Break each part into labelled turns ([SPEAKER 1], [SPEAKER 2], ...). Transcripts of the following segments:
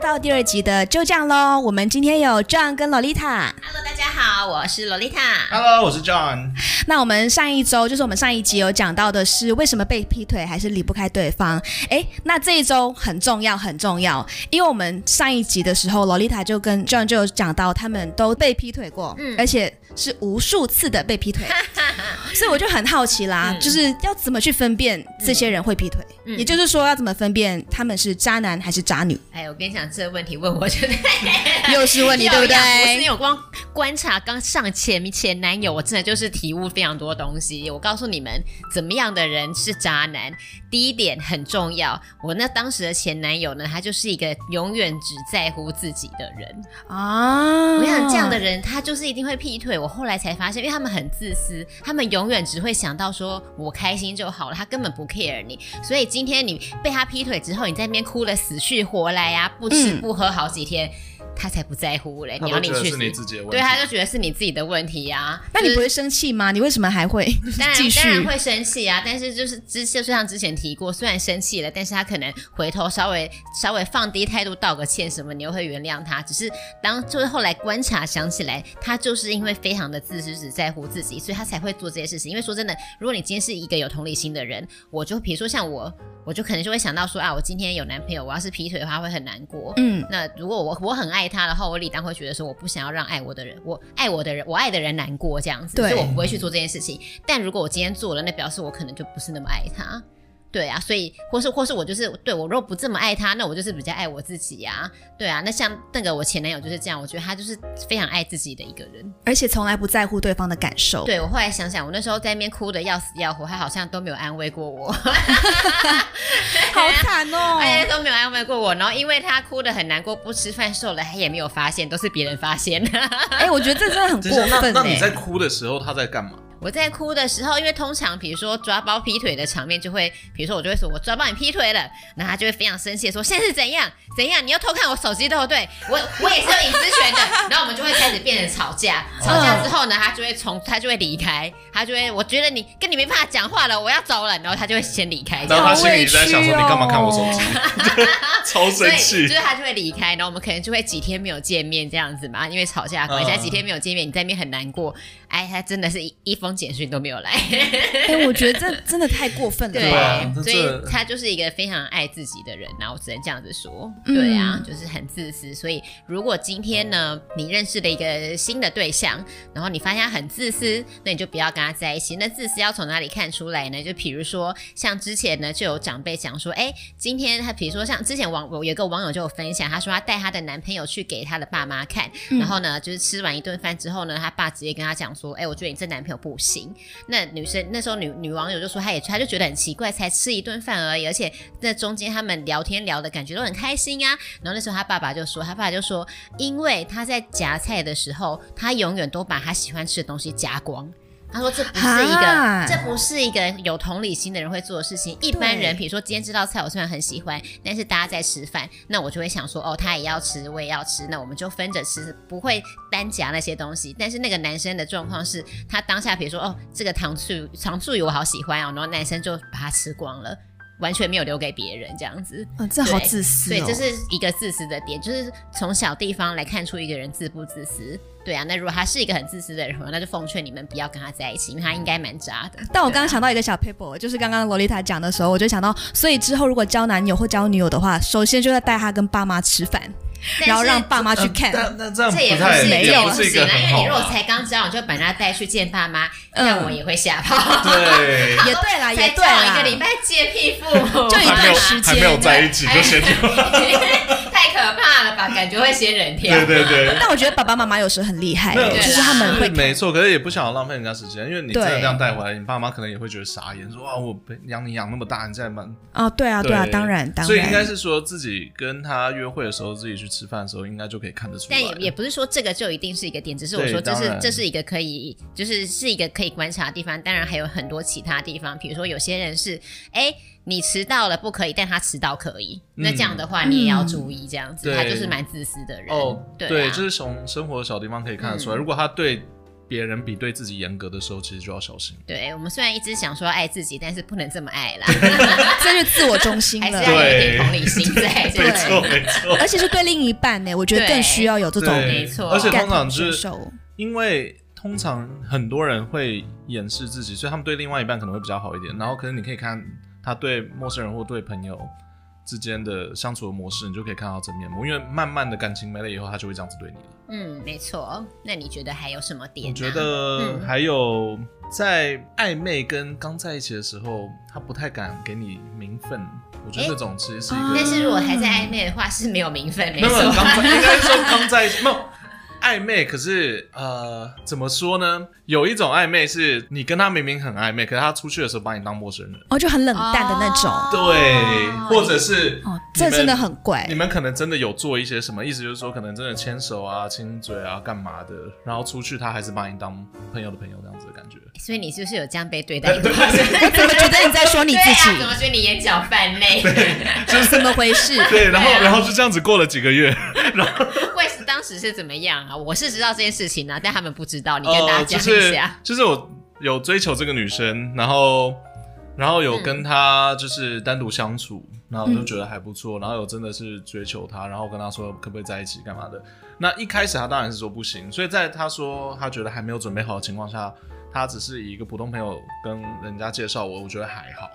[SPEAKER 1] 到第二集的就这样喽。我们今天有 John 跟 Lolita。
[SPEAKER 2] Hello，大家好，我是洛丽塔。
[SPEAKER 3] Hello，我是 John。
[SPEAKER 1] 那我们上一周就是我们上一集有讲到的是为什么被劈腿还是离不开对方。诶，那这一周很重要很重要，因为我们上一集的时候，洛丽塔就跟 John 就有讲到他们都被劈腿过，
[SPEAKER 2] 嗯
[SPEAKER 1] 而且是无数次的被 劈腿，所以我就很好奇啦，
[SPEAKER 2] 嗯
[SPEAKER 1] 就是要怎么去分辨这些人会劈腿，
[SPEAKER 2] 嗯
[SPEAKER 1] 也就是说要怎么分辨他们是渣男还是渣 女，
[SPEAKER 2] 哎，我跟你讲，这个问题问我觉得
[SPEAKER 1] 又是 问你对不对？
[SPEAKER 2] 我是因为我光观察刚上前前男友，我真的就是体悟非常多东西。我告诉你们，怎么样的人是渣男？第一点很重要。我那当时的前男友呢，他就是一个永远只在乎自己的人。
[SPEAKER 1] 啊，
[SPEAKER 2] 我想这样的人，他就是一定会劈腿。我后来才发现，因为他们很自私，他们永远只会想到说我开心就好了，他根本不 care 你。所以今天你被他劈腿之后，你在那边哭的死去活来啊，不吃
[SPEAKER 1] 嗯
[SPEAKER 2] 不喝好几天，他才不在乎嘞。
[SPEAKER 3] 他
[SPEAKER 2] 你要
[SPEAKER 3] 都
[SPEAKER 2] 你
[SPEAKER 3] 觉得
[SPEAKER 2] 去
[SPEAKER 3] 是你
[SPEAKER 2] 死。
[SPEAKER 3] 自己的问题，
[SPEAKER 2] 对，他就觉得是你自己的问题啊呀、
[SPEAKER 1] 那你
[SPEAKER 2] 就是
[SPEAKER 1] 不会生气吗？你为什么还会
[SPEAKER 2] 当 然
[SPEAKER 1] 继续
[SPEAKER 2] 当然会生气啊，但是就是之就像之前提过，虽然生气了，但是他可能回头稍微稍微放低态度道个歉什么，你又会原谅他。只是当就是后来观察想起来，他就是因为非常的自私，只在乎自己，所以他才会做这些事情。因为说真的，如果你今天是一个有同理心的人，我就比如说像我，我就可能就会想到说啊，我今天有男朋友，我要是劈腿的话会很难过。
[SPEAKER 1] 嗯
[SPEAKER 2] 那如果我我很爱他的话，我理当会觉得说我不想要让爱我的人，我爱我的人，我爱的人难过这样子，
[SPEAKER 1] 对
[SPEAKER 2] 所以我不会去做这件事情。但如果我今天做了，那表示我可能就不是那么爱他。对啊，所以或是或是我就是对我如果不这么爱他，那我就是比较爱我自己呀、对啊，那像那个我前男友就是这样，我觉得他就是非常爱自己的一个人。
[SPEAKER 1] 而且从来不在乎对方的感受。，
[SPEAKER 2] 对我后来想想，我那时候在那边哭的要死要活，他好像都没有安慰过我。
[SPEAKER 1] 好惨哦。
[SPEAKER 2] 啊哎，都没有安慰过我，然后因为他哭的很难过，不吃饭瘦了，他也没有发现，都是别人发现的。
[SPEAKER 1] 哎、我觉得这真的很
[SPEAKER 3] 其
[SPEAKER 1] 过
[SPEAKER 3] 实那
[SPEAKER 1] 分
[SPEAKER 3] 那
[SPEAKER 1] 哎、
[SPEAKER 3] 你
[SPEAKER 2] 欸
[SPEAKER 3] 在哭的时候，他在干嘛？
[SPEAKER 2] 我在哭的时候，因为通常比如说抓包劈腿的场面，就会比如说我就会说我抓包你劈腿了，然后他就会非常生气地说现在是怎样怎样，你又偷看我手机对不对？我 我也是有隐私权的，然后我们就会开始变成吵架，
[SPEAKER 3] 嗯
[SPEAKER 2] 吵架之后呢，他就会从他就会离开，他就会我觉得你跟你没办法讲话了，我要走了，然后他就会先离开。这
[SPEAKER 3] 然
[SPEAKER 2] 样
[SPEAKER 3] 后他心里在
[SPEAKER 1] 哦
[SPEAKER 3] 想说：“你干嘛看我手机？”超生
[SPEAKER 2] 啊对，
[SPEAKER 3] 气
[SPEAKER 2] 就。是他就会离开，然后我们可能就会几天没有见面这样子嘛，因为吵架关系，
[SPEAKER 3] 嗯
[SPEAKER 2] 他几天没有见面，你在那边很难过，哎，他真的是一一封简讯都没有来，
[SPEAKER 1] 哎、我觉得这真的太过分了
[SPEAKER 2] 对
[SPEAKER 1] 吧。
[SPEAKER 3] 啊，这
[SPEAKER 2] 所以
[SPEAKER 3] 这
[SPEAKER 2] 他就是一个非常爱自己的人，然后我只能这样子说，
[SPEAKER 1] 嗯
[SPEAKER 2] 对啊，就是很自私。所以如果今天呢，
[SPEAKER 3] 嗯
[SPEAKER 2] 你认识了一个新的对象，然后你发现他很自私，那你就不要跟他在一起。那自私要从哪里看出来呢？就比如说像之前呢，就有长辈讲说，哎，今天他比如说像之前网有一个网友就有分享，他说他带她的男朋友去给他的爸妈看，
[SPEAKER 1] 嗯
[SPEAKER 2] 然后呢，就是吃完一顿饭之后呢，他爸直接跟他讲说，哎，我觉得你这男朋友不行。那女生那时候女女网友就说，她也她就觉得很奇怪，才吃一顿饭而已，而且那中间他们聊天聊的感觉都很开心啊。然后那时候他爸爸就说，他爸爸就说，因为他在夹菜的时候，他永远都把他喜欢吃的东西夹光。他说：“这不是一
[SPEAKER 1] 啊
[SPEAKER 2] 个，这不是一个有同理心的人会做的事情。一般人，
[SPEAKER 1] 对
[SPEAKER 2] 比如说今天这道菜我虽然很喜欢，但是大家在吃饭，那我就会想说，哦，他也要吃，我也要吃，那我们就分着吃，不会单夹那些东西。但是那个男生的状况是，他当下比如说，哦，这个糖醋糖醋鱼我好喜欢哦，然后男生就把它吃光了，完全没有留给别人这样子。
[SPEAKER 1] 嗯，这好自私
[SPEAKER 2] 所以
[SPEAKER 1] 哦。
[SPEAKER 2] 这是一个自私的点，就是从小地方来看出一个人自不自私。对啊，那如果他是一个很自私的人，那就奉劝你们不要跟他在一起，因为他应该蛮渣的。
[SPEAKER 1] 但我刚刚
[SPEAKER 2] 对啊
[SPEAKER 1] 想到一个小 paper，就是刚刚洛丽塔讲的时候，我就想到，所以之后如果交男友或交女友的话，首先就要带他跟爸妈吃饭，
[SPEAKER 2] 但
[SPEAKER 1] 然后
[SPEAKER 2] 是
[SPEAKER 1] 让爸妈去
[SPEAKER 3] 嗯
[SPEAKER 1] 看。
[SPEAKER 3] 但那这样
[SPEAKER 2] 这也不
[SPEAKER 3] 不太
[SPEAKER 2] 是
[SPEAKER 1] 没
[SPEAKER 3] 也
[SPEAKER 1] 有
[SPEAKER 3] 不
[SPEAKER 2] 不
[SPEAKER 3] 是一
[SPEAKER 2] 行
[SPEAKER 3] 个
[SPEAKER 2] 啊，因为你
[SPEAKER 3] 很好
[SPEAKER 2] 如果
[SPEAKER 3] 啊。
[SPEAKER 2] 才刚交往就把他带去见爸妈，
[SPEAKER 1] 嗯
[SPEAKER 2] 那我也会吓跑。
[SPEAKER 3] 啊对，
[SPEAKER 1] 也对啦，也
[SPEAKER 2] 才
[SPEAKER 1] 对
[SPEAKER 2] 交往一个礼
[SPEAKER 1] 啦。
[SPEAKER 2] 拜见屁父母，
[SPEAKER 1] 就一
[SPEAKER 3] 还没
[SPEAKER 1] 段
[SPEAKER 3] 有
[SPEAKER 1] 时间
[SPEAKER 3] 还没有在一起就先去。
[SPEAKER 2] 太可怕了吧？感觉会仙人跳。
[SPEAKER 3] 对对对。
[SPEAKER 1] 但我觉得爸爸妈妈有时候很厉害，
[SPEAKER 3] 没有
[SPEAKER 1] 就是他们会
[SPEAKER 3] 是没错，可是也不想要浪费人家时间，因为你
[SPEAKER 1] 对
[SPEAKER 3] 真的这样带回来，你爸妈可能也会觉得傻眼，说哇，我被养你养那么大，你现在蛮……
[SPEAKER 1] 啊、对啊，对啊，当然，当然。
[SPEAKER 3] 所以应该是说自己跟他约会的时候，自己去吃饭的时候，应该就可以看得出来。
[SPEAKER 2] 但也也不是说这个就一定是一个点，只是我
[SPEAKER 3] 对
[SPEAKER 2] 说这
[SPEAKER 3] 当
[SPEAKER 2] 是
[SPEAKER 3] 然
[SPEAKER 2] 这是一个可以，就是是一个可以观察的地方。当然还有很多其他地方，比如说有些人是，哎，你迟到了不可以，但他迟到可以，那这样的话你也要注意，这样子、
[SPEAKER 3] 嗯对
[SPEAKER 2] 他就是蛮自私的人。
[SPEAKER 3] 哦，
[SPEAKER 2] 对啊
[SPEAKER 3] 就是从生活的小地方可以看得出来。
[SPEAKER 2] 嗯
[SPEAKER 3] 如果他对别人比对自己严格的时候，其实就要小心。
[SPEAKER 2] 对我们虽然一直想说爱自己，但是不能这么爱啦，
[SPEAKER 1] 这就自我中心
[SPEAKER 2] 还是
[SPEAKER 1] 了。
[SPEAKER 2] 要有一点同理心在。
[SPEAKER 1] 对
[SPEAKER 2] 对
[SPEAKER 1] 没错
[SPEAKER 3] 没 错。
[SPEAKER 1] 而且是对另一半呢，我觉得更需要有这种
[SPEAKER 3] 对
[SPEAKER 2] 没错
[SPEAKER 3] 而且
[SPEAKER 1] 感
[SPEAKER 3] 通常
[SPEAKER 1] 同
[SPEAKER 3] 就
[SPEAKER 1] 身
[SPEAKER 3] 是
[SPEAKER 1] 受。
[SPEAKER 3] 因为通常很多人会掩饰自己，所以他们对另外一半可能会比较好一点。然后，可是你可以看他对陌生人或对朋友之间的相处的模式，你就可以看到真面目。因为慢慢的感情没了以后，他就会这样子对你了。
[SPEAKER 2] 嗯，没错。那你觉得还有什么点、啊？
[SPEAKER 3] 我觉得还有在暧昧跟刚在一起的时候，他不太敢给你名分，我觉得
[SPEAKER 2] 诶哦
[SPEAKER 3] 这种其实是一个。
[SPEAKER 2] 但是如果还在暧昧的话，是没有名分，没
[SPEAKER 3] 没有，
[SPEAKER 2] 错。
[SPEAKER 3] 没有刚在应该说刚在一起，没有暧昧。可是呃，怎么说呢？有一种暧昧是你跟他明明很暧昧，可是他出去的时候把你当陌生人，
[SPEAKER 1] 哦，就很冷淡的那种。
[SPEAKER 2] 哦
[SPEAKER 3] 对，或者是
[SPEAKER 1] 哦，这真的很怪
[SPEAKER 3] 你。们可能真的有做一些什么，意思就是说可能真的牵手啊、亲嘴啊、干嘛的，然后出去他还是把你当朋友的朋友这样子的感觉。
[SPEAKER 2] 所以你是不是有这样被对
[SPEAKER 3] 呃
[SPEAKER 2] 待 过？
[SPEAKER 1] 我怎么觉得你在说你自
[SPEAKER 2] 对
[SPEAKER 1] 己
[SPEAKER 2] 啊，？怎么觉得你眼角泛泪？
[SPEAKER 1] 怎么回事？
[SPEAKER 3] 对，啊然后然后就这样子过了几个 月，
[SPEAKER 2] 为什当时是怎么样啊？我是知道这件事情啊，但他们不知道，你跟
[SPEAKER 3] 哦，
[SPEAKER 2] 大家讲一下。
[SPEAKER 3] 就是。就是我有追求这个女生，然后然后有跟她就是单独相处，然后我就觉得还不
[SPEAKER 2] 嗯
[SPEAKER 3] 错，然后有真的是追求她，然后跟她说可不可以在一起干嘛的。那一开始她当然是说不行，所以在她说她觉得还没有准备好的情况下，她只是以一个普通朋友跟人家介绍我，我觉得还好。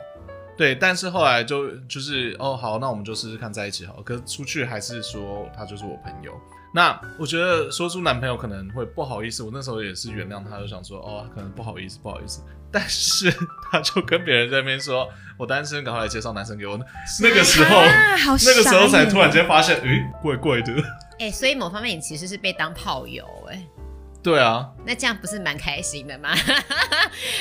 [SPEAKER 3] 对，但是后来就就是哦，好，那我们就试试看在一起好了。可是出去还是说他就是我朋友。那我觉得说出男朋友可能会不好意思，我那时候也是原谅他，就想说哦，可能不好意思，不好意思。但是他就跟别人在那边说， 我单身，赶快来介绍男生给我。那个时候，
[SPEAKER 1] 啊，好傻
[SPEAKER 3] 那
[SPEAKER 1] 眼
[SPEAKER 3] 个时候才突然间发现，诶、怪怪的。
[SPEAKER 2] 哎、所以某方面你其实是被当炮友哎、
[SPEAKER 3] 对啊，
[SPEAKER 2] 那这样不是蛮开心的吗？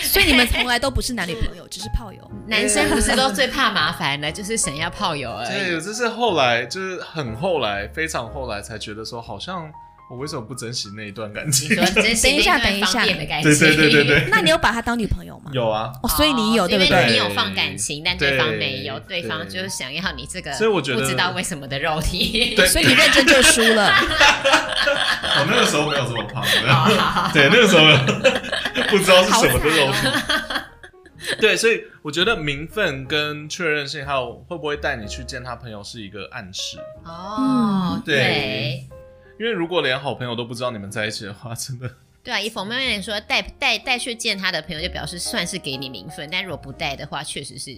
[SPEAKER 1] 所以你们从来都不是男女朋友，只是炮友。
[SPEAKER 2] 男生不是都最怕麻烦的，就是想要炮友而已。
[SPEAKER 3] 对，这是后来，就是很后来，非常后来才觉得说，好像我为什么不珍惜那一段感情
[SPEAKER 2] 你？说真是
[SPEAKER 1] 等一下
[SPEAKER 2] 另外方面的感情
[SPEAKER 3] 对对对对对，
[SPEAKER 1] 那你有把他当女朋友吗？
[SPEAKER 3] 有啊。
[SPEAKER 1] 哦，所以你有
[SPEAKER 2] 哦
[SPEAKER 1] 对不
[SPEAKER 2] 因为
[SPEAKER 1] 对？
[SPEAKER 2] 你有放感情，但对
[SPEAKER 3] 对
[SPEAKER 2] 方没有，对
[SPEAKER 3] 对
[SPEAKER 2] 方就是想要你这个，
[SPEAKER 3] 所以我觉得
[SPEAKER 2] 不知道为什么的肉体。
[SPEAKER 3] 对
[SPEAKER 1] 所以你认真就输 了。
[SPEAKER 3] 我哦那个时候没有这么胖
[SPEAKER 2] 哦好
[SPEAKER 3] 的，
[SPEAKER 2] 好好
[SPEAKER 3] 对，那个时候没有不知道是什么的肉
[SPEAKER 2] 啊
[SPEAKER 3] 体。对，所以我觉得名分跟确认性，还有会不会带你去见他朋友，是一个暗示。
[SPEAKER 2] 哦
[SPEAKER 1] 嗯，
[SPEAKER 2] 对
[SPEAKER 3] 对因为如果连好朋友都不知道你们在一起的话，真的
[SPEAKER 2] 对啊，以冯妹妹说带带带去见他的朋友，就表示算是给你名分，但如果不带的话，确实是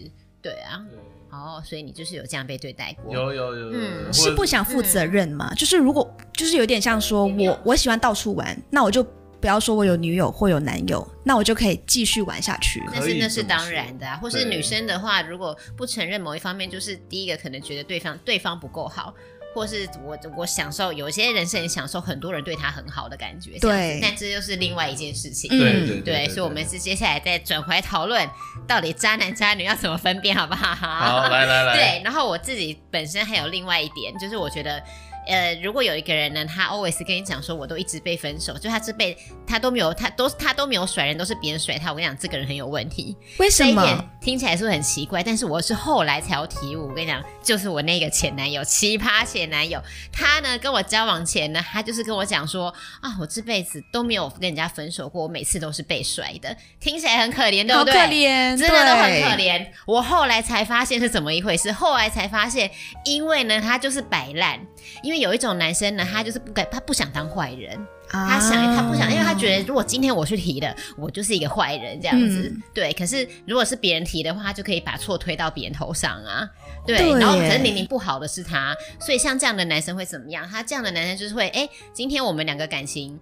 [SPEAKER 2] 对啊。哦，所以你就是有这样被对待过。
[SPEAKER 3] 有有有有
[SPEAKER 2] 嗯
[SPEAKER 3] 有，
[SPEAKER 1] 是不想负责任嘛？就是如果就是有点像说我我喜欢到处玩，那我就不要说我有女友或有男友，那我就可以继续玩下去。
[SPEAKER 2] 但
[SPEAKER 3] 可
[SPEAKER 2] 是
[SPEAKER 3] 以
[SPEAKER 2] 那
[SPEAKER 3] 这
[SPEAKER 2] 是
[SPEAKER 3] 么
[SPEAKER 2] 当
[SPEAKER 3] 说
[SPEAKER 2] 然的啊，或是
[SPEAKER 3] 对
[SPEAKER 2] 女生的话，如果不承认某一方面，就是第一个可能觉得对方对方不够好，或是我我享受有些人是很享受很多人对他很好的感觉，这样子
[SPEAKER 1] 对
[SPEAKER 2] 但这又是另外一件事情。
[SPEAKER 1] 嗯
[SPEAKER 3] 对
[SPEAKER 1] 对
[SPEAKER 3] 对
[SPEAKER 2] 对，所以我们是接下来再转回来讨论到底渣男渣女要怎么分辨，好不 好？
[SPEAKER 3] 好来来来，
[SPEAKER 2] 啊对，然后我自己本身还有另外一点，就是我觉得。呃，如果有一个人呢，他 always 跟你讲说，我都一直被分手，就他是被他都没有，他都他都没有甩人，都是别人甩他。我跟你讲，这个人很有问题。
[SPEAKER 1] 为什
[SPEAKER 2] 这一
[SPEAKER 1] 么
[SPEAKER 2] 点？听起来是不是很奇怪？但是我是后来才有体悟。我跟你讲，就是我那个前男友，奇葩前男友，他呢跟我交往前呢，他就是跟我讲说啊，我这辈子都没有跟人家分手过，我每次都是被甩的。听起来很可怜，对不
[SPEAKER 1] 好可
[SPEAKER 2] 哦对？
[SPEAKER 1] 怜，哦
[SPEAKER 2] 真的都很
[SPEAKER 1] 对
[SPEAKER 2] 可怜。我后来才发现是怎么一回事，后来才发现，因为呢，他就是摆烂。因为有一种男生呢，他就是不敢，他不想当坏人，
[SPEAKER 1] 啊
[SPEAKER 2] 他想他不想，因为他觉得如果今天我去提了，我就是一个坏人这样子。
[SPEAKER 1] 嗯
[SPEAKER 2] 对，可是如果是别人提的话，他就可以把错推到别人头上啊。对，
[SPEAKER 1] 对
[SPEAKER 2] 然后可
[SPEAKER 1] 耶
[SPEAKER 2] 是明明不好的是他，所以像这样的男生会怎么样？他这样的男生就是会，哎，今天我们两个感情。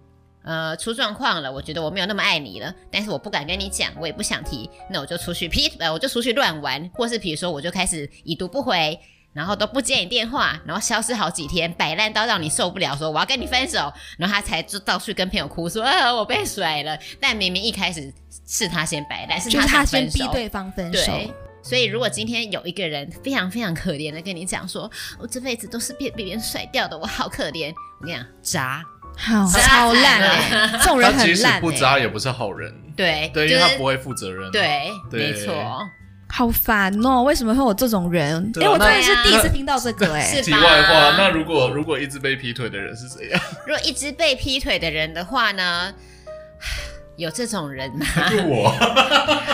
[SPEAKER 2] 呃，出状况了，我觉得我没有那么爱你了，但是我不敢跟你讲，我也不想提，那我就出去劈，呃，我就出去乱玩，或是比如说我就开始已读不回，然后都不接你电话，然后消失好几天，摆烂到让你受不了，说我要跟你分手，然后他才就到处跟朋友哭说，啊，我被甩了。但明明一开始是他先摆烂，是
[SPEAKER 1] 就是
[SPEAKER 2] 他
[SPEAKER 1] 他
[SPEAKER 2] 想
[SPEAKER 1] 先
[SPEAKER 2] 分手
[SPEAKER 1] 逼对方分手，
[SPEAKER 2] 对。所以，如果今天有一个人非常非常可怜的跟你讲说，我这辈子都是被被别人甩掉的，我好可怜。我跟你讲，渣，
[SPEAKER 1] 好
[SPEAKER 2] 渣
[SPEAKER 1] 超烂
[SPEAKER 2] 男
[SPEAKER 1] 哎，这种
[SPEAKER 3] 他
[SPEAKER 1] 人
[SPEAKER 3] 即
[SPEAKER 1] 很
[SPEAKER 3] 使
[SPEAKER 1] 烂
[SPEAKER 3] 不
[SPEAKER 1] 哎，
[SPEAKER 3] 渣也不是好人，
[SPEAKER 2] 对，
[SPEAKER 3] 对，
[SPEAKER 2] 欸
[SPEAKER 3] 因
[SPEAKER 2] 就
[SPEAKER 3] 为
[SPEAKER 2] 是
[SPEAKER 3] 他不会负责任，
[SPEAKER 2] 对，
[SPEAKER 3] 对
[SPEAKER 2] 没错，
[SPEAKER 1] 好烦哦！为什么会有这种人？
[SPEAKER 3] 对
[SPEAKER 1] 哎，
[SPEAKER 3] 啊
[SPEAKER 1] 我真的
[SPEAKER 2] 那
[SPEAKER 1] 是第一次听到这个哎
[SPEAKER 2] 是，
[SPEAKER 3] 题
[SPEAKER 2] 吧
[SPEAKER 3] 外话，那如果啊如果一直被劈腿的人是怎样？
[SPEAKER 2] 如果一直被劈腿的人的话呢， 有这种人吗？
[SPEAKER 3] 就我，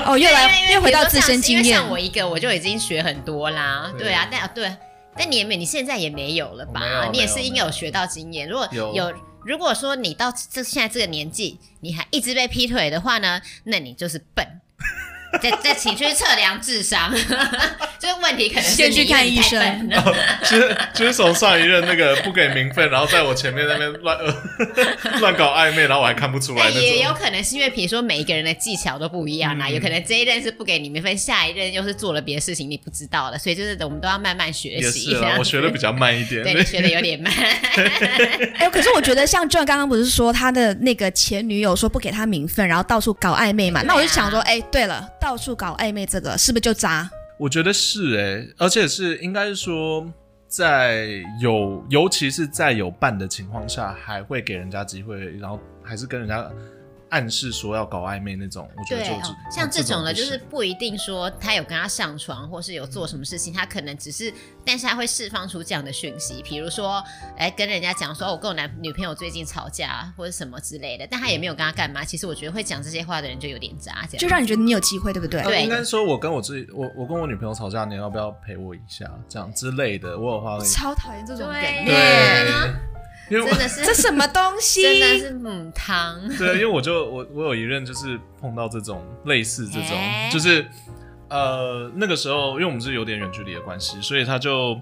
[SPEAKER 1] 哦，又
[SPEAKER 2] 因
[SPEAKER 1] 来
[SPEAKER 2] 为
[SPEAKER 1] 又回到
[SPEAKER 2] 比如
[SPEAKER 1] 自
[SPEAKER 2] 说
[SPEAKER 1] 身
[SPEAKER 2] 像
[SPEAKER 1] 经
[SPEAKER 2] 因为
[SPEAKER 1] 验
[SPEAKER 2] 像，我一个，我就已经学很多啦。
[SPEAKER 3] 对
[SPEAKER 2] 对啊，但啊对，但你也没，你现在也没有了
[SPEAKER 3] 我没有
[SPEAKER 2] 吧？你也是
[SPEAKER 3] 没有
[SPEAKER 2] 应该有学到经验。如果
[SPEAKER 3] 有
[SPEAKER 2] 有，如果说你到这现在这个年纪，你还一直被劈腿的话呢，那你就是 笨。再再请去测量智商， 这个问题可能是
[SPEAKER 1] 先去
[SPEAKER 2] 你因为
[SPEAKER 1] 看
[SPEAKER 2] 你
[SPEAKER 1] 医
[SPEAKER 2] 太
[SPEAKER 1] 生
[SPEAKER 2] 笨了
[SPEAKER 3] 哦 接接手上一任那个不给名分，然后在我前面那边乱 乱搞暧昧，然后我还看不出来
[SPEAKER 2] 但也
[SPEAKER 3] 那
[SPEAKER 2] 有
[SPEAKER 3] 种。
[SPEAKER 2] 可能是因为，比如说每一个人的技巧都不一样啦，啊
[SPEAKER 3] 嗯
[SPEAKER 2] 有可能这一任是不给你名分，下一任又是做了别的事情，你不知道了，所以就是我们都要慢慢学
[SPEAKER 3] 也
[SPEAKER 2] 习。
[SPEAKER 3] 是
[SPEAKER 2] 这样
[SPEAKER 3] 啦，
[SPEAKER 2] 子
[SPEAKER 3] 我学的比较慢一点。
[SPEAKER 2] 对你学的有点慢，
[SPEAKER 1] 哎、可是我觉得像 John 刚刚不是说他的那个前女友说不给他名分，然后到处搞暧昧嘛？
[SPEAKER 2] 对啊
[SPEAKER 1] 那我就想说，哎、对了，到处搞暧昧这个是不是就渣？
[SPEAKER 3] 我觉得是哎、而且是应该是说，在有尤其是在有伴的情况下，还会给人家机会，然后还是跟人家暗示说要搞暧昧那种，我觉得
[SPEAKER 2] 对
[SPEAKER 3] 就
[SPEAKER 2] 哦
[SPEAKER 3] 是、
[SPEAKER 2] 像这
[SPEAKER 3] 这
[SPEAKER 2] 种的，就是
[SPEAKER 3] 不
[SPEAKER 2] 不一定说他有跟他上床，或是有做什么事情，他可能只是，但是他会释放出这样的讯息，比如说，哎，跟人家讲说，哦我跟我男女朋友最近吵架，啊或者什么之类的，但他也没有跟他干嘛。其实我觉得会讲这些话的人就有点渣，这样
[SPEAKER 1] 就让你觉得你有机会，对不对？
[SPEAKER 3] 那
[SPEAKER 2] 对
[SPEAKER 3] 呃应该说，我跟我自己，我我跟我女朋友吵架，你要不要陪我一下，这样之类的，我有话跟你。
[SPEAKER 1] 超讨厌这种
[SPEAKER 2] 对
[SPEAKER 1] 人，欸
[SPEAKER 3] 对，因为我
[SPEAKER 2] 真的是
[SPEAKER 1] 这什么东西？
[SPEAKER 2] 真的是母汤，
[SPEAKER 3] 对，因为我就我我有一任就是碰到这种类似这种，
[SPEAKER 2] 哎
[SPEAKER 3] 就是呃那个时候，因为我们是有点远距离的关系，所以他就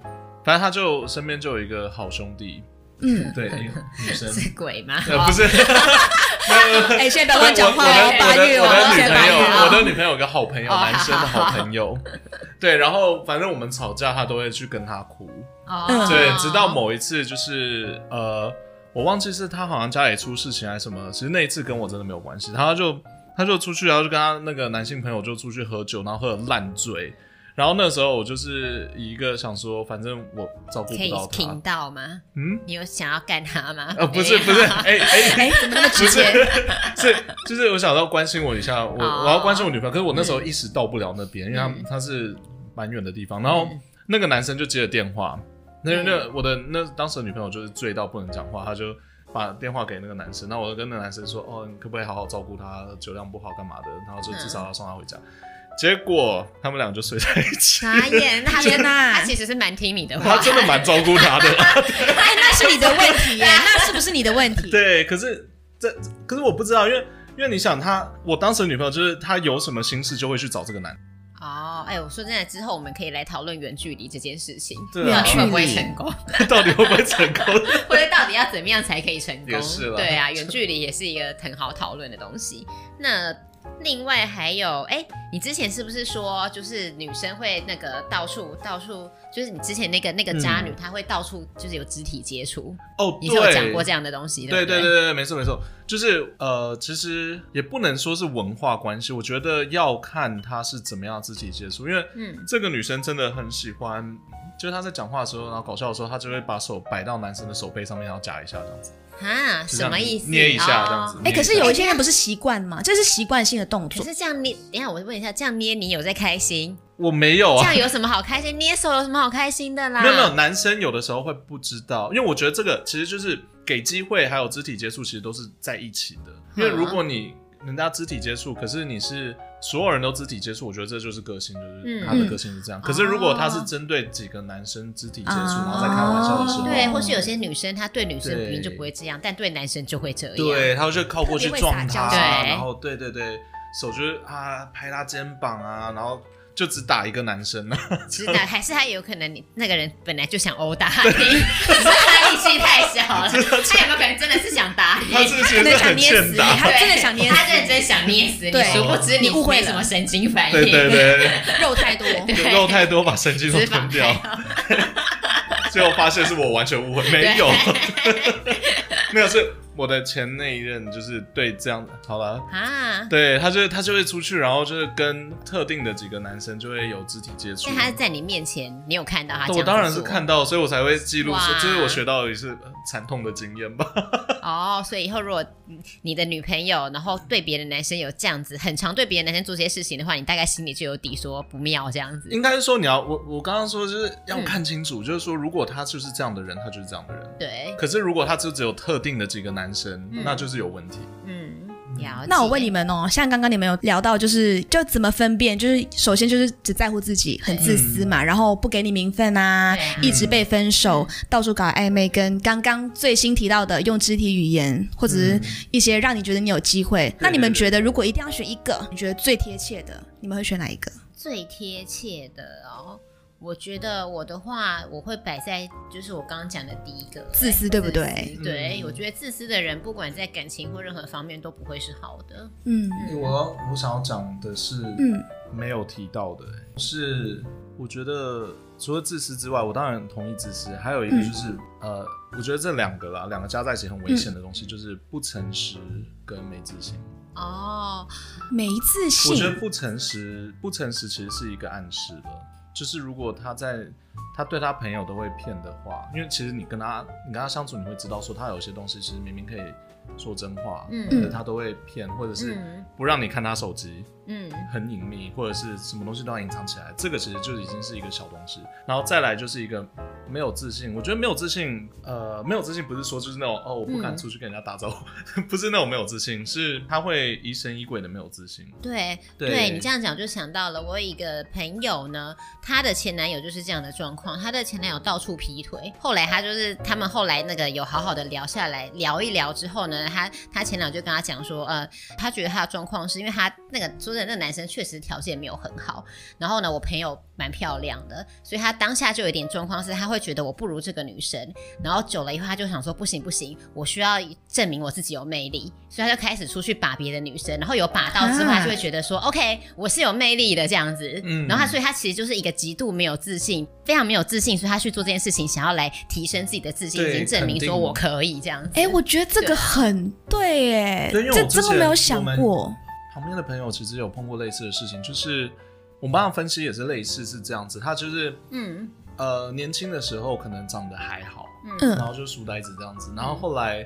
[SPEAKER 3] 反正他就身边就有一个好兄弟，
[SPEAKER 1] 嗯，
[SPEAKER 3] 对，一个女生，
[SPEAKER 2] 是鬼吗？
[SPEAKER 3] 呃不是，
[SPEAKER 1] 哎、现在
[SPEAKER 3] 我
[SPEAKER 1] 不要乱讲话哦，
[SPEAKER 3] 我
[SPEAKER 1] 八
[SPEAKER 3] 的
[SPEAKER 1] 月
[SPEAKER 3] 我
[SPEAKER 1] 哦，
[SPEAKER 3] 的我的女
[SPEAKER 1] 现在八
[SPEAKER 3] 朋
[SPEAKER 1] 月
[SPEAKER 3] 友，我
[SPEAKER 1] 哦。
[SPEAKER 3] 的女朋友有个好朋友，
[SPEAKER 2] 哦好
[SPEAKER 3] 男生的好朋友，对，然后反正我们吵架，他都会去跟他哭，
[SPEAKER 2] 哦
[SPEAKER 1] 嗯
[SPEAKER 3] 对，直到某一次就是呃，我忘记是他好像家里出事情还是什么，其实那一次跟我真的没有关系，他就他就出去，然后就跟他那个男性朋友就出去喝酒，然后喝得烂醉。然后那时候我就是以一个想说，反正我照顾
[SPEAKER 2] 可
[SPEAKER 3] 不
[SPEAKER 2] 以
[SPEAKER 3] 到他
[SPEAKER 2] 听，到吗？
[SPEAKER 3] 嗯，
[SPEAKER 2] 你有想要干他吗？
[SPEAKER 3] 呃，不是不 是，哎哎，
[SPEAKER 1] 哎、怎么那么
[SPEAKER 3] 不
[SPEAKER 1] 直
[SPEAKER 3] 是
[SPEAKER 1] 接？，
[SPEAKER 3] 是就是我想到关心我一下，我
[SPEAKER 2] 哦
[SPEAKER 3] 我要关心我女朋友，可是我那时候一时到不了那边，因为她她是蛮远的地方，然后那个男生就接了电话，那那我的那当时的女朋友就是醉到不能讲话，她就。把电话给那个男生，那我就跟那个男生说：“哦，你可不可以好好照顾她？酒量不好干嘛的？然后就至少要送她回家。结果他们俩就睡在一起，
[SPEAKER 2] 傻眼，啊那他
[SPEAKER 1] 天哪
[SPEAKER 2] 他其实是蛮听你的
[SPEAKER 3] 他
[SPEAKER 2] 话，
[SPEAKER 3] 真的蛮照顾她的。
[SPEAKER 1] 哎、那是你的问题耶，那是不是你的问题？
[SPEAKER 3] 对，可是这可是我不知道，因为因为你想他，我当时的女朋友就是她有什么心事就会去找这个男
[SPEAKER 2] 哦，哎、我说真的，之后我们可以来讨论远距离这件事情，
[SPEAKER 3] 对啊
[SPEAKER 2] 到底会不会成功，
[SPEAKER 3] 到底会不会成 功？
[SPEAKER 2] 或者到底要怎么样才可以成功？
[SPEAKER 3] 也是啦
[SPEAKER 2] 对啊，远距离也是一个很好讨论的东西。那另外还有，哎、你之前是不是说，就是女生会那个到处到处，就是你之前那个那个
[SPEAKER 3] 嗯
[SPEAKER 2] 渣女，她会到处就是有肢体接触，
[SPEAKER 3] 哦，
[SPEAKER 2] 你是有
[SPEAKER 3] 对
[SPEAKER 2] 讲过这样的东西，
[SPEAKER 3] 对
[SPEAKER 2] 不对
[SPEAKER 3] 对对对，没错没错，就是呃，其实也不能说是文化关系，我觉得要看她是怎么样肢体接触，因为
[SPEAKER 2] 嗯，
[SPEAKER 3] 这个女生真的很喜欢，就是她在讲话的时候，然后搞笑的时候，她就会把手摆到男生的手背上面，然后夹一下这样子，
[SPEAKER 2] 啊，
[SPEAKER 3] 就这
[SPEAKER 2] 什
[SPEAKER 3] 样
[SPEAKER 2] 么意思？
[SPEAKER 3] 捏一下
[SPEAKER 2] 哦
[SPEAKER 3] 这样子。。
[SPEAKER 1] 哎、
[SPEAKER 3] 捏一
[SPEAKER 1] 可是
[SPEAKER 3] 下
[SPEAKER 1] 有一些人不是习惯吗？这是习惯性的动
[SPEAKER 2] 可
[SPEAKER 1] 作。
[SPEAKER 2] 是这样捏，等一下我问一下，这样捏你有在开心？
[SPEAKER 3] 我没有
[SPEAKER 2] 这
[SPEAKER 3] 啊，
[SPEAKER 2] 样有什么好开心？捏手有什么好开心的啦？哦
[SPEAKER 3] 没有没有，男生有的时候会不知道，因为我觉得这个其实就是给机会，还有肢体接触，其实都是在一起的。因为如果你人家肢体接触，可是你是所有人都肢体接触，我觉得这就是个性，就是
[SPEAKER 2] 嗯
[SPEAKER 3] 他的个性是这样。可是如果他是针对几个男生肢体接触，然后在开玩笑的时候，
[SPEAKER 1] 哦
[SPEAKER 2] 对，啊或是有些女生她对女生
[SPEAKER 3] 对
[SPEAKER 2] 明明就不会这样，但对男生就会这样。
[SPEAKER 3] 对，他就靠过去撞他，
[SPEAKER 1] 特
[SPEAKER 2] 别会
[SPEAKER 3] 啊
[SPEAKER 2] 撒娇
[SPEAKER 3] 然后对对对，手就是啊拍他肩膀啊，然后就只打一个男生啊。
[SPEAKER 2] 直男还是他有可能你那个人本来就想殴打你， 只是他力气太小 了，他有没有可能真的是想打你？
[SPEAKER 3] 他是其实是很欠打，
[SPEAKER 1] 他真的想捏死
[SPEAKER 2] 他认真想捏死你，
[SPEAKER 1] 对
[SPEAKER 2] 殊不知
[SPEAKER 1] 你
[SPEAKER 2] 你
[SPEAKER 1] 误会
[SPEAKER 2] 没什
[SPEAKER 1] 了
[SPEAKER 2] 么神经反应。
[SPEAKER 3] 对对对。
[SPEAKER 1] 肉太多，
[SPEAKER 2] 对
[SPEAKER 3] 肉太多把神经都
[SPEAKER 2] 脂
[SPEAKER 3] 吞
[SPEAKER 2] 肪
[SPEAKER 3] 掉， 最后发现是我完全误会，没
[SPEAKER 2] 对
[SPEAKER 3] 有， 没有是我的前那一任就是对这样的，好了。
[SPEAKER 2] 啊！
[SPEAKER 3] 对他就他就会出去，然后就是跟特定的几个男生就会有肢体接触
[SPEAKER 2] 但。他在你面前，你有看到他这样
[SPEAKER 3] 我
[SPEAKER 2] 子
[SPEAKER 3] 当然是
[SPEAKER 2] 做
[SPEAKER 3] 看到，所以我才会记录说，
[SPEAKER 2] 哇
[SPEAKER 3] 这是我学到的一次呃惨痛的经验吧。
[SPEAKER 2] 哦，所以以后如果嗯你的女朋友，然后对别的男生有这样子，很常对别的男生做这些事情的话，你大概心里就有底，说不妙这样子。
[SPEAKER 3] 应该是说你要我我刚刚说就是
[SPEAKER 2] 嗯
[SPEAKER 3] 要看清楚，就是说如果他就是这样的人，他就是这样的人。
[SPEAKER 2] 对，
[SPEAKER 3] 可是如果他就只有特定的几个男生，
[SPEAKER 2] 嗯
[SPEAKER 3] 那就是有问题。
[SPEAKER 2] 嗯，了解
[SPEAKER 1] 那我问你们哦，像刚刚你们有聊到，就是就怎么分辨，就是首先就是只在乎自己，很自私
[SPEAKER 3] 嗯
[SPEAKER 1] 嘛，然后不给你名分啊
[SPEAKER 2] 对啊，
[SPEAKER 1] 一直被分手，到处搞暧昧，跟刚刚最新提到的用肢体语言或者
[SPEAKER 3] 嗯
[SPEAKER 1] 是一些让你觉得你有机会。那你们觉得，如果一定要选一个，你觉得最贴切的，你们会选哪一个？
[SPEAKER 2] 最贴切的哦。我觉得我的话，我会摆在就是我刚刚讲的第一个
[SPEAKER 1] 自私对不对
[SPEAKER 2] 自私对，我觉得自私的人，不管在感情或任何方面都不会是好的。
[SPEAKER 1] 嗯
[SPEAKER 3] 我我想要讲的是，
[SPEAKER 1] 嗯
[SPEAKER 3] 没有提到的、欸是我觉得除了自私之外，我当然同意自私，还有一个就是、呃，我觉得这两个啦，两个加在一起很危险的东西，就是不诚实跟没自信。
[SPEAKER 2] 哦，
[SPEAKER 1] 没自
[SPEAKER 3] 我觉
[SPEAKER 1] 信
[SPEAKER 3] 得，不诚实，不诚实其实是一个暗示了，就是如果他在他对他朋友都会骗的话，因为其实你跟他你跟他相处，你会知道说他有些东西其实明明可以说真话，
[SPEAKER 2] 嗯
[SPEAKER 3] 可是他都会骗，或者是
[SPEAKER 2] 嗯
[SPEAKER 3] 不让你看他手机，
[SPEAKER 2] 嗯，
[SPEAKER 3] 很隐秘，或者是什么东西都要隐藏起来，这个其实就已经是一个小东西。然后再来就是一个没有自信，我觉得没有自信，呃，没有自信不是说就是那种哦我不敢出去跟人家打招呼， 不是那种没有自信，是他会疑神疑鬼的没有自信。
[SPEAKER 2] 对，
[SPEAKER 3] 对
[SPEAKER 2] 你这样讲就想到了，我有一个朋友呢，她的前男友就是这样的状况，她的前男友到处劈腿，后来她就是他们后来那个有好好的聊下来，聊一聊之后呢，她她前男友就跟她讲说，呃，她觉得她的状况是因为她那个说真的那个男生确实条件没有很好，然后呢，我朋友蛮漂亮的，所以她当下就有一点状况是，她会觉得我不如这个女生，然后久了以后，她就想说不行不行，我需要证明我自己有魅力，所以她就开始出去把别的女生，然后有把到之后，
[SPEAKER 1] 啊
[SPEAKER 2] 她就会觉得 说、OK，我是有魅力的这样子。
[SPEAKER 3] 嗯
[SPEAKER 2] 然后她所以她其实就是一个极度没有自信，非常没有自信，所以她去做这件事情，想要来提升自己的自信，
[SPEAKER 3] 对
[SPEAKER 2] 已经证明
[SPEAKER 3] 肯
[SPEAKER 2] 说
[SPEAKER 3] 定
[SPEAKER 2] 我可以这样子。
[SPEAKER 1] 哎，我觉得这个
[SPEAKER 2] 对
[SPEAKER 1] 很对，哎，
[SPEAKER 3] 对因为
[SPEAKER 1] 这
[SPEAKER 3] 我之
[SPEAKER 1] 真的没
[SPEAKER 3] 前
[SPEAKER 1] 有
[SPEAKER 3] 我
[SPEAKER 1] 想
[SPEAKER 3] 们
[SPEAKER 1] 过，
[SPEAKER 3] 旁边的朋友其实有碰过类似的事情，就是我们帮他分析也是类似是这样子，他就是
[SPEAKER 2] 嗯
[SPEAKER 3] 呃年轻的时候可能长得还好，
[SPEAKER 2] 嗯
[SPEAKER 3] 然
[SPEAKER 1] 嗯
[SPEAKER 3] 后就书呆子这样子，然后后来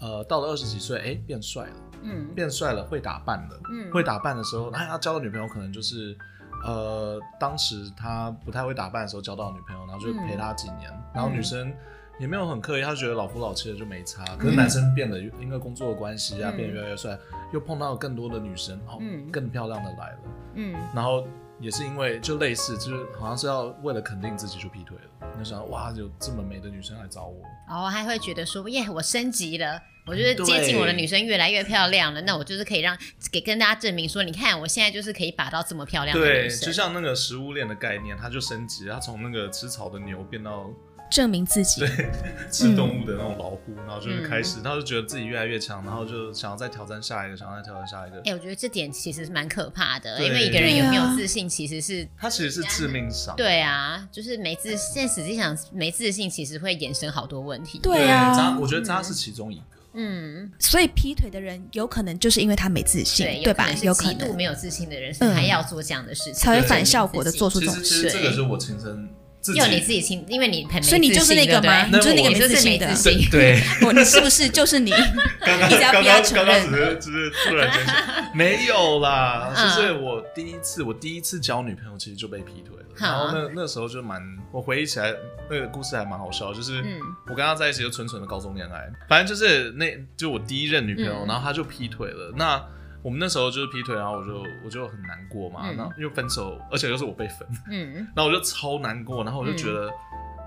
[SPEAKER 3] 呃到了二十几岁，哎、变帅了。
[SPEAKER 2] 嗯
[SPEAKER 3] 变帅了，会打扮了，
[SPEAKER 2] 嗯
[SPEAKER 3] 会打扮的时候，那他交的女朋友可能就是，呃，当时他不太会打扮的时候交到的女朋友，然后就陪
[SPEAKER 2] 嗯
[SPEAKER 3] 他几年，然后女生也没有很刻意，她觉得老夫老妻了就没差，可是男生变得越因为工作的关系啊，
[SPEAKER 2] 嗯
[SPEAKER 3] 变得越来越帅，又碰到更多的女生，哦，
[SPEAKER 2] 嗯
[SPEAKER 3] 更漂亮的来了，
[SPEAKER 2] 嗯，
[SPEAKER 3] 然后也是因为就类似，就是好像是要为了肯定自己就劈腿了，你就想哇，有这么美的女生来找我，
[SPEAKER 2] 然后还会觉得说耶，我升级了。我就是
[SPEAKER 3] 嗯
[SPEAKER 2] 接近我的女生越来越漂亮了，那我就是可以让给跟大家证明说，你看我现在就是可以把到这么漂亮的
[SPEAKER 3] 对，
[SPEAKER 2] 女生，
[SPEAKER 3] 就像那个食物链的概念，它就升级了，它从那个吃草的牛变到
[SPEAKER 1] 证明自己，
[SPEAKER 3] 吃动物的那种
[SPEAKER 2] 嗯
[SPEAKER 3] 老虎，然后就是开始，他就觉得自己越来越强，然后就想要再挑战下一个，想要再挑战下一个
[SPEAKER 2] 哎、。我觉得这点其实是蛮可怕的，
[SPEAKER 3] 对
[SPEAKER 2] 因为一个人有没有自信，其实是
[SPEAKER 3] 他其实是致命伤，
[SPEAKER 2] 对啊，就是没自，现在实际上没自信，其实会衍生好多问题。
[SPEAKER 1] 对啊
[SPEAKER 3] 渣，我觉得渣是其中一个。
[SPEAKER 2] 嗯，
[SPEAKER 1] 所以劈腿的人有可能就是因为他没自信，
[SPEAKER 2] 对，
[SPEAKER 1] 对
[SPEAKER 2] 有可
[SPEAKER 1] 吧
[SPEAKER 2] 能？是
[SPEAKER 1] 有可
[SPEAKER 2] 极度
[SPEAKER 1] 能嗯
[SPEAKER 2] 没有自信的人，是还要做这样的事情，
[SPEAKER 1] 才会
[SPEAKER 3] 对
[SPEAKER 1] 反效果的做
[SPEAKER 2] 出。
[SPEAKER 1] 出
[SPEAKER 3] 其
[SPEAKER 1] 这种
[SPEAKER 3] 实其
[SPEAKER 1] 事
[SPEAKER 3] 实。这个是我亲身自己
[SPEAKER 2] 因为你自己亲，因为你很没自信，
[SPEAKER 1] 所以你就是那个吗
[SPEAKER 2] 对不对
[SPEAKER 1] 你就是那个
[SPEAKER 2] 你
[SPEAKER 1] 没
[SPEAKER 2] 就是
[SPEAKER 1] 自
[SPEAKER 2] 没
[SPEAKER 1] 信的
[SPEAKER 2] 自信。
[SPEAKER 3] 对 对，
[SPEAKER 1] 我哦你是不是就是你？
[SPEAKER 3] 刚刚
[SPEAKER 1] 一直要
[SPEAKER 3] 刚
[SPEAKER 1] 逼他
[SPEAKER 3] 刚
[SPEAKER 1] 承
[SPEAKER 3] 刚刚
[SPEAKER 1] 认
[SPEAKER 3] 只是只是突然 间想没有啦，
[SPEAKER 2] 嗯
[SPEAKER 3] 就是我第一次我第一次交女朋友其实就被劈腿了，
[SPEAKER 2] 好啊
[SPEAKER 3] 然后那那时候就蛮我回忆起来那个故事还蛮好笑，就是
[SPEAKER 2] 嗯
[SPEAKER 3] 我跟她在一起就纯纯的高中恋爱，反正就是那就我第一任女朋友，
[SPEAKER 2] 嗯
[SPEAKER 3] 然后她就劈腿了，那。我们那时候就是劈腿，然后我就我就很难过嘛，
[SPEAKER 2] 嗯
[SPEAKER 3] 然后又分手，而且又是我被分，
[SPEAKER 2] 嗯，
[SPEAKER 3] 然后我就超难过，然后我就觉得，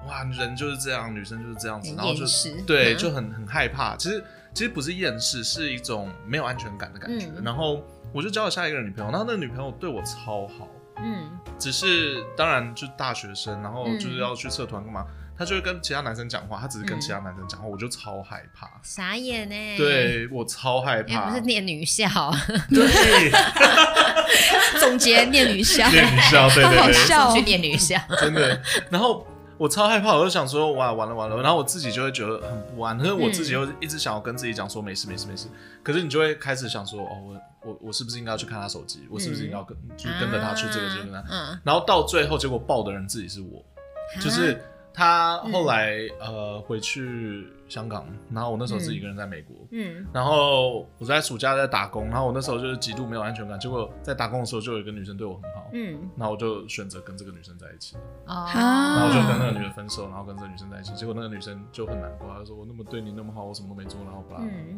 [SPEAKER 3] 哇，人就是这样，女生就是这样子，
[SPEAKER 2] 很
[SPEAKER 3] 然后就
[SPEAKER 2] 厌世
[SPEAKER 3] 对，
[SPEAKER 2] 嗯
[SPEAKER 3] 就很很害怕。其实其实不是厌世，是一种没有安全感的感觉。
[SPEAKER 2] 嗯
[SPEAKER 3] 然后我就交了下一个女朋友，然后那个女朋友对我超好，
[SPEAKER 2] 嗯
[SPEAKER 3] 只是当然就大学生，然后
[SPEAKER 2] 嗯
[SPEAKER 3] 就是要去社团干嘛，她就会跟其他男生讲话，她只是跟其他男生讲话，我就超害怕。
[SPEAKER 2] 傻眼呢、，
[SPEAKER 3] 对我超害
[SPEAKER 2] 因为
[SPEAKER 3] 怕，
[SPEAKER 2] 哎不是念女校，
[SPEAKER 3] 对，
[SPEAKER 1] 总结念女校，
[SPEAKER 3] 念女校，对对
[SPEAKER 1] 好好
[SPEAKER 3] 对，
[SPEAKER 1] 笑哦
[SPEAKER 2] 去念女校。
[SPEAKER 3] 真的。然后我超害怕，我就想说哇完了完了，然后我自己就会觉得很不安，可是我
[SPEAKER 2] 嗯
[SPEAKER 3] 自己又一直想要跟自己讲说没事没事没事，可是你就会开始想说哦我我我是不是应该要去看他手机，我是不是应该要跟、去跟着他去这个这个那个，
[SPEAKER 2] 嗯啊
[SPEAKER 3] 然后到最后结果爆的人自己是我，
[SPEAKER 2] 嗯，
[SPEAKER 3] 就是。他后来、呃回去香港，然后我那时候自己一个人在美国，
[SPEAKER 2] 嗯
[SPEAKER 3] 然后我在暑假在打工，然后我那时候就是极度没有安全感，结果在打工的时候就有一个女生对我很好，
[SPEAKER 2] 嗯
[SPEAKER 3] 那我就选择跟这个女生在一起。
[SPEAKER 2] 哦
[SPEAKER 1] 啊
[SPEAKER 3] 然后就跟那个女的分手，然后跟这个女生在一起，结果那个女生就很难过，她就说我那么对你那么好，我什么都没做，然后不啦，
[SPEAKER 2] 嗯，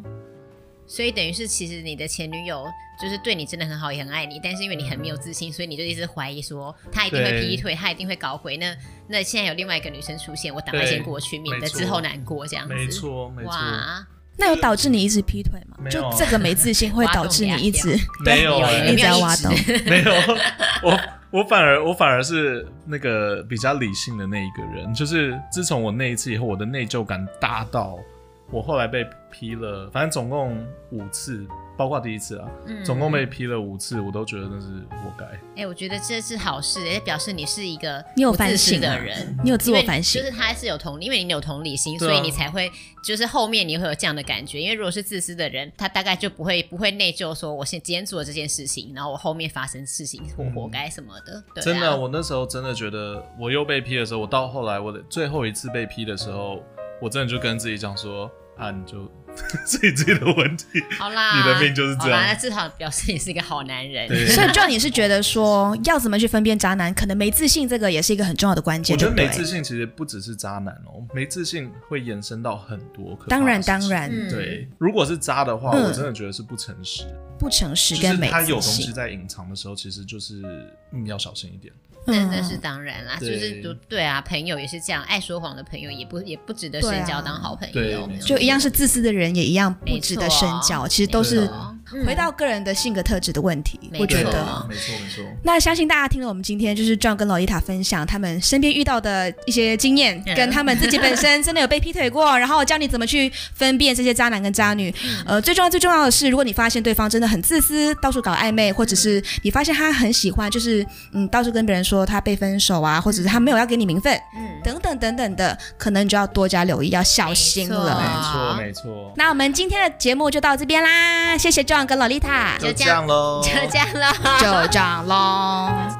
[SPEAKER 2] 所以等于是其实你的前女友就是对你真的很好，也很爱你，但是因为你很没有自信，所以你就一直怀疑说他一定会
[SPEAKER 3] 对
[SPEAKER 2] 劈腿，他一定会搞鬼。那那现在有另外一个女生出现，我赶快
[SPEAKER 3] 对
[SPEAKER 2] 先过去，免得
[SPEAKER 3] 没错
[SPEAKER 2] 之后难过这样子。
[SPEAKER 3] 没，错，没错，
[SPEAKER 2] 哇，
[SPEAKER 1] 那有导致你一直劈腿吗？
[SPEAKER 3] 没
[SPEAKER 1] 就
[SPEAKER 3] 有啊
[SPEAKER 1] 这个没自信会导致你一直
[SPEAKER 3] 没有
[SPEAKER 1] 对
[SPEAKER 3] 哎
[SPEAKER 1] 一直在挖
[SPEAKER 2] 没
[SPEAKER 1] 洞
[SPEAKER 2] 有一。
[SPEAKER 3] 没有，我我反而我反而是那个比较理性的那一个人，就是自从我那一次以后，我的内疚感大到我后来被批了，反正总共五次，包括第一次啊，
[SPEAKER 2] 嗯
[SPEAKER 3] 总共被批了五次，我都觉得那是活该。
[SPEAKER 2] 哎、我觉得这是好事，也表示你是一个
[SPEAKER 1] 你有
[SPEAKER 2] 不自
[SPEAKER 1] 反
[SPEAKER 2] 私
[SPEAKER 1] 省
[SPEAKER 2] 的
[SPEAKER 1] 啊
[SPEAKER 2] 人。
[SPEAKER 1] 你有自
[SPEAKER 2] 因
[SPEAKER 1] 我
[SPEAKER 2] 为
[SPEAKER 1] 反省
[SPEAKER 2] 就，是他是有同理，因为你有同理心，
[SPEAKER 3] 对啊
[SPEAKER 2] 所以你才会就是后面你会有这样的感觉。因为如果是自私的人，他大概就不会不会内疚，说我现今天做了这件事情，然后我后面发生事情我活该什么的。对啊、
[SPEAKER 3] 真的，我那时候真的觉得，我又被批的时候，我到后来我的最后一次被批的时候，我真的就跟自己讲说，啊，你就 自己自己的问题，
[SPEAKER 2] 好啦，
[SPEAKER 3] 你的命就是这样
[SPEAKER 2] 好啦，那至少表示你是一个好男人。
[SPEAKER 3] 对
[SPEAKER 1] 所以就你是觉得说要怎么去分辨渣男，可能没自信这个也是一个很重要的关键，
[SPEAKER 3] 我觉得
[SPEAKER 1] 对
[SPEAKER 3] 没
[SPEAKER 1] 不对
[SPEAKER 3] 自信其实不只是渣男哦，没自信会延伸到很多可怕的
[SPEAKER 1] 当然
[SPEAKER 3] 事情
[SPEAKER 1] 当然、
[SPEAKER 2] 嗯
[SPEAKER 3] 对，如果是渣的话，
[SPEAKER 1] 嗯
[SPEAKER 3] 我真的觉得是不诚实，
[SPEAKER 1] 不诚实
[SPEAKER 3] 就是
[SPEAKER 1] 跟没
[SPEAKER 3] 他有
[SPEAKER 1] 自
[SPEAKER 3] 东西
[SPEAKER 1] 信，
[SPEAKER 3] 在隐藏的时候，其实就是嗯要小心一点。
[SPEAKER 2] 那
[SPEAKER 1] 嗯
[SPEAKER 2] 那是当然啦，就
[SPEAKER 3] 对
[SPEAKER 2] 是都对啊，朋友也是这样，爱说谎的朋友也不也不值得深交
[SPEAKER 1] 对啊
[SPEAKER 2] 当好朋
[SPEAKER 3] 对
[SPEAKER 2] 友
[SPEAKER 3] 没。错
[SPEAKER 1] 就一样是自私的人也一样不值得
[SPEAKER 2] 啊
[SPEAKER 1] 深交，其实都
[SPEAKER 3] 没
[SPEAKER 1] 是
[SPEAKER 3] 错
[SPEAKER 1] 回
[SPEAKER 2] 嗯
[SPEAKER 1] 到个人的性格特质的问题，
[SPEAKER 2] 没
[SPEAKER 1] 我觉
[SPEAKER 3] 对
[SPEAKER 1] 得。
[SPEAKER 3] 没错没错，
[SPEAKER 1] 那相信大家听了我们今天就是 John 跟洛丽塔分享他们身边遇到的一些经验，
[SPEAKER 2] 嗯
[SPEAKER 1] 跟他们自己本身真的有被劈腿过，然后教你怎么去分辨这些渣男跟渣女。
[SPEAKER 2] 嗯
[SPEAKER 1] 呃，最重要最重要的是，如果你发现对方真的很自私，到处搞暧昧，或者是你发现他很喜欢，就是嗯到处跟别人说他被分手啊，或者是他没有要给你名分，
[SPEAKER 2] 嗯，
[SPEAKER 1] 等等等等的，可能你就要多加留意，要小心了。
[SPEAKER 2] 啊
[SPEAKER 3] 没错没错，
[SPEAKER 1] 那我们今天的节目就到这边啦，谢谢 John 跟洛丽塔，
[SPEAKER 2] 就
[SPEAKER 3] 就
[SPEAKER 2] 这
[SPEAKER 3] 这
[SPEAKER 2] 样
[SPEAKER 3] 样喽，
[SPEAKER 2] 就这样了。
[SPEAKER 1] 就这样喽。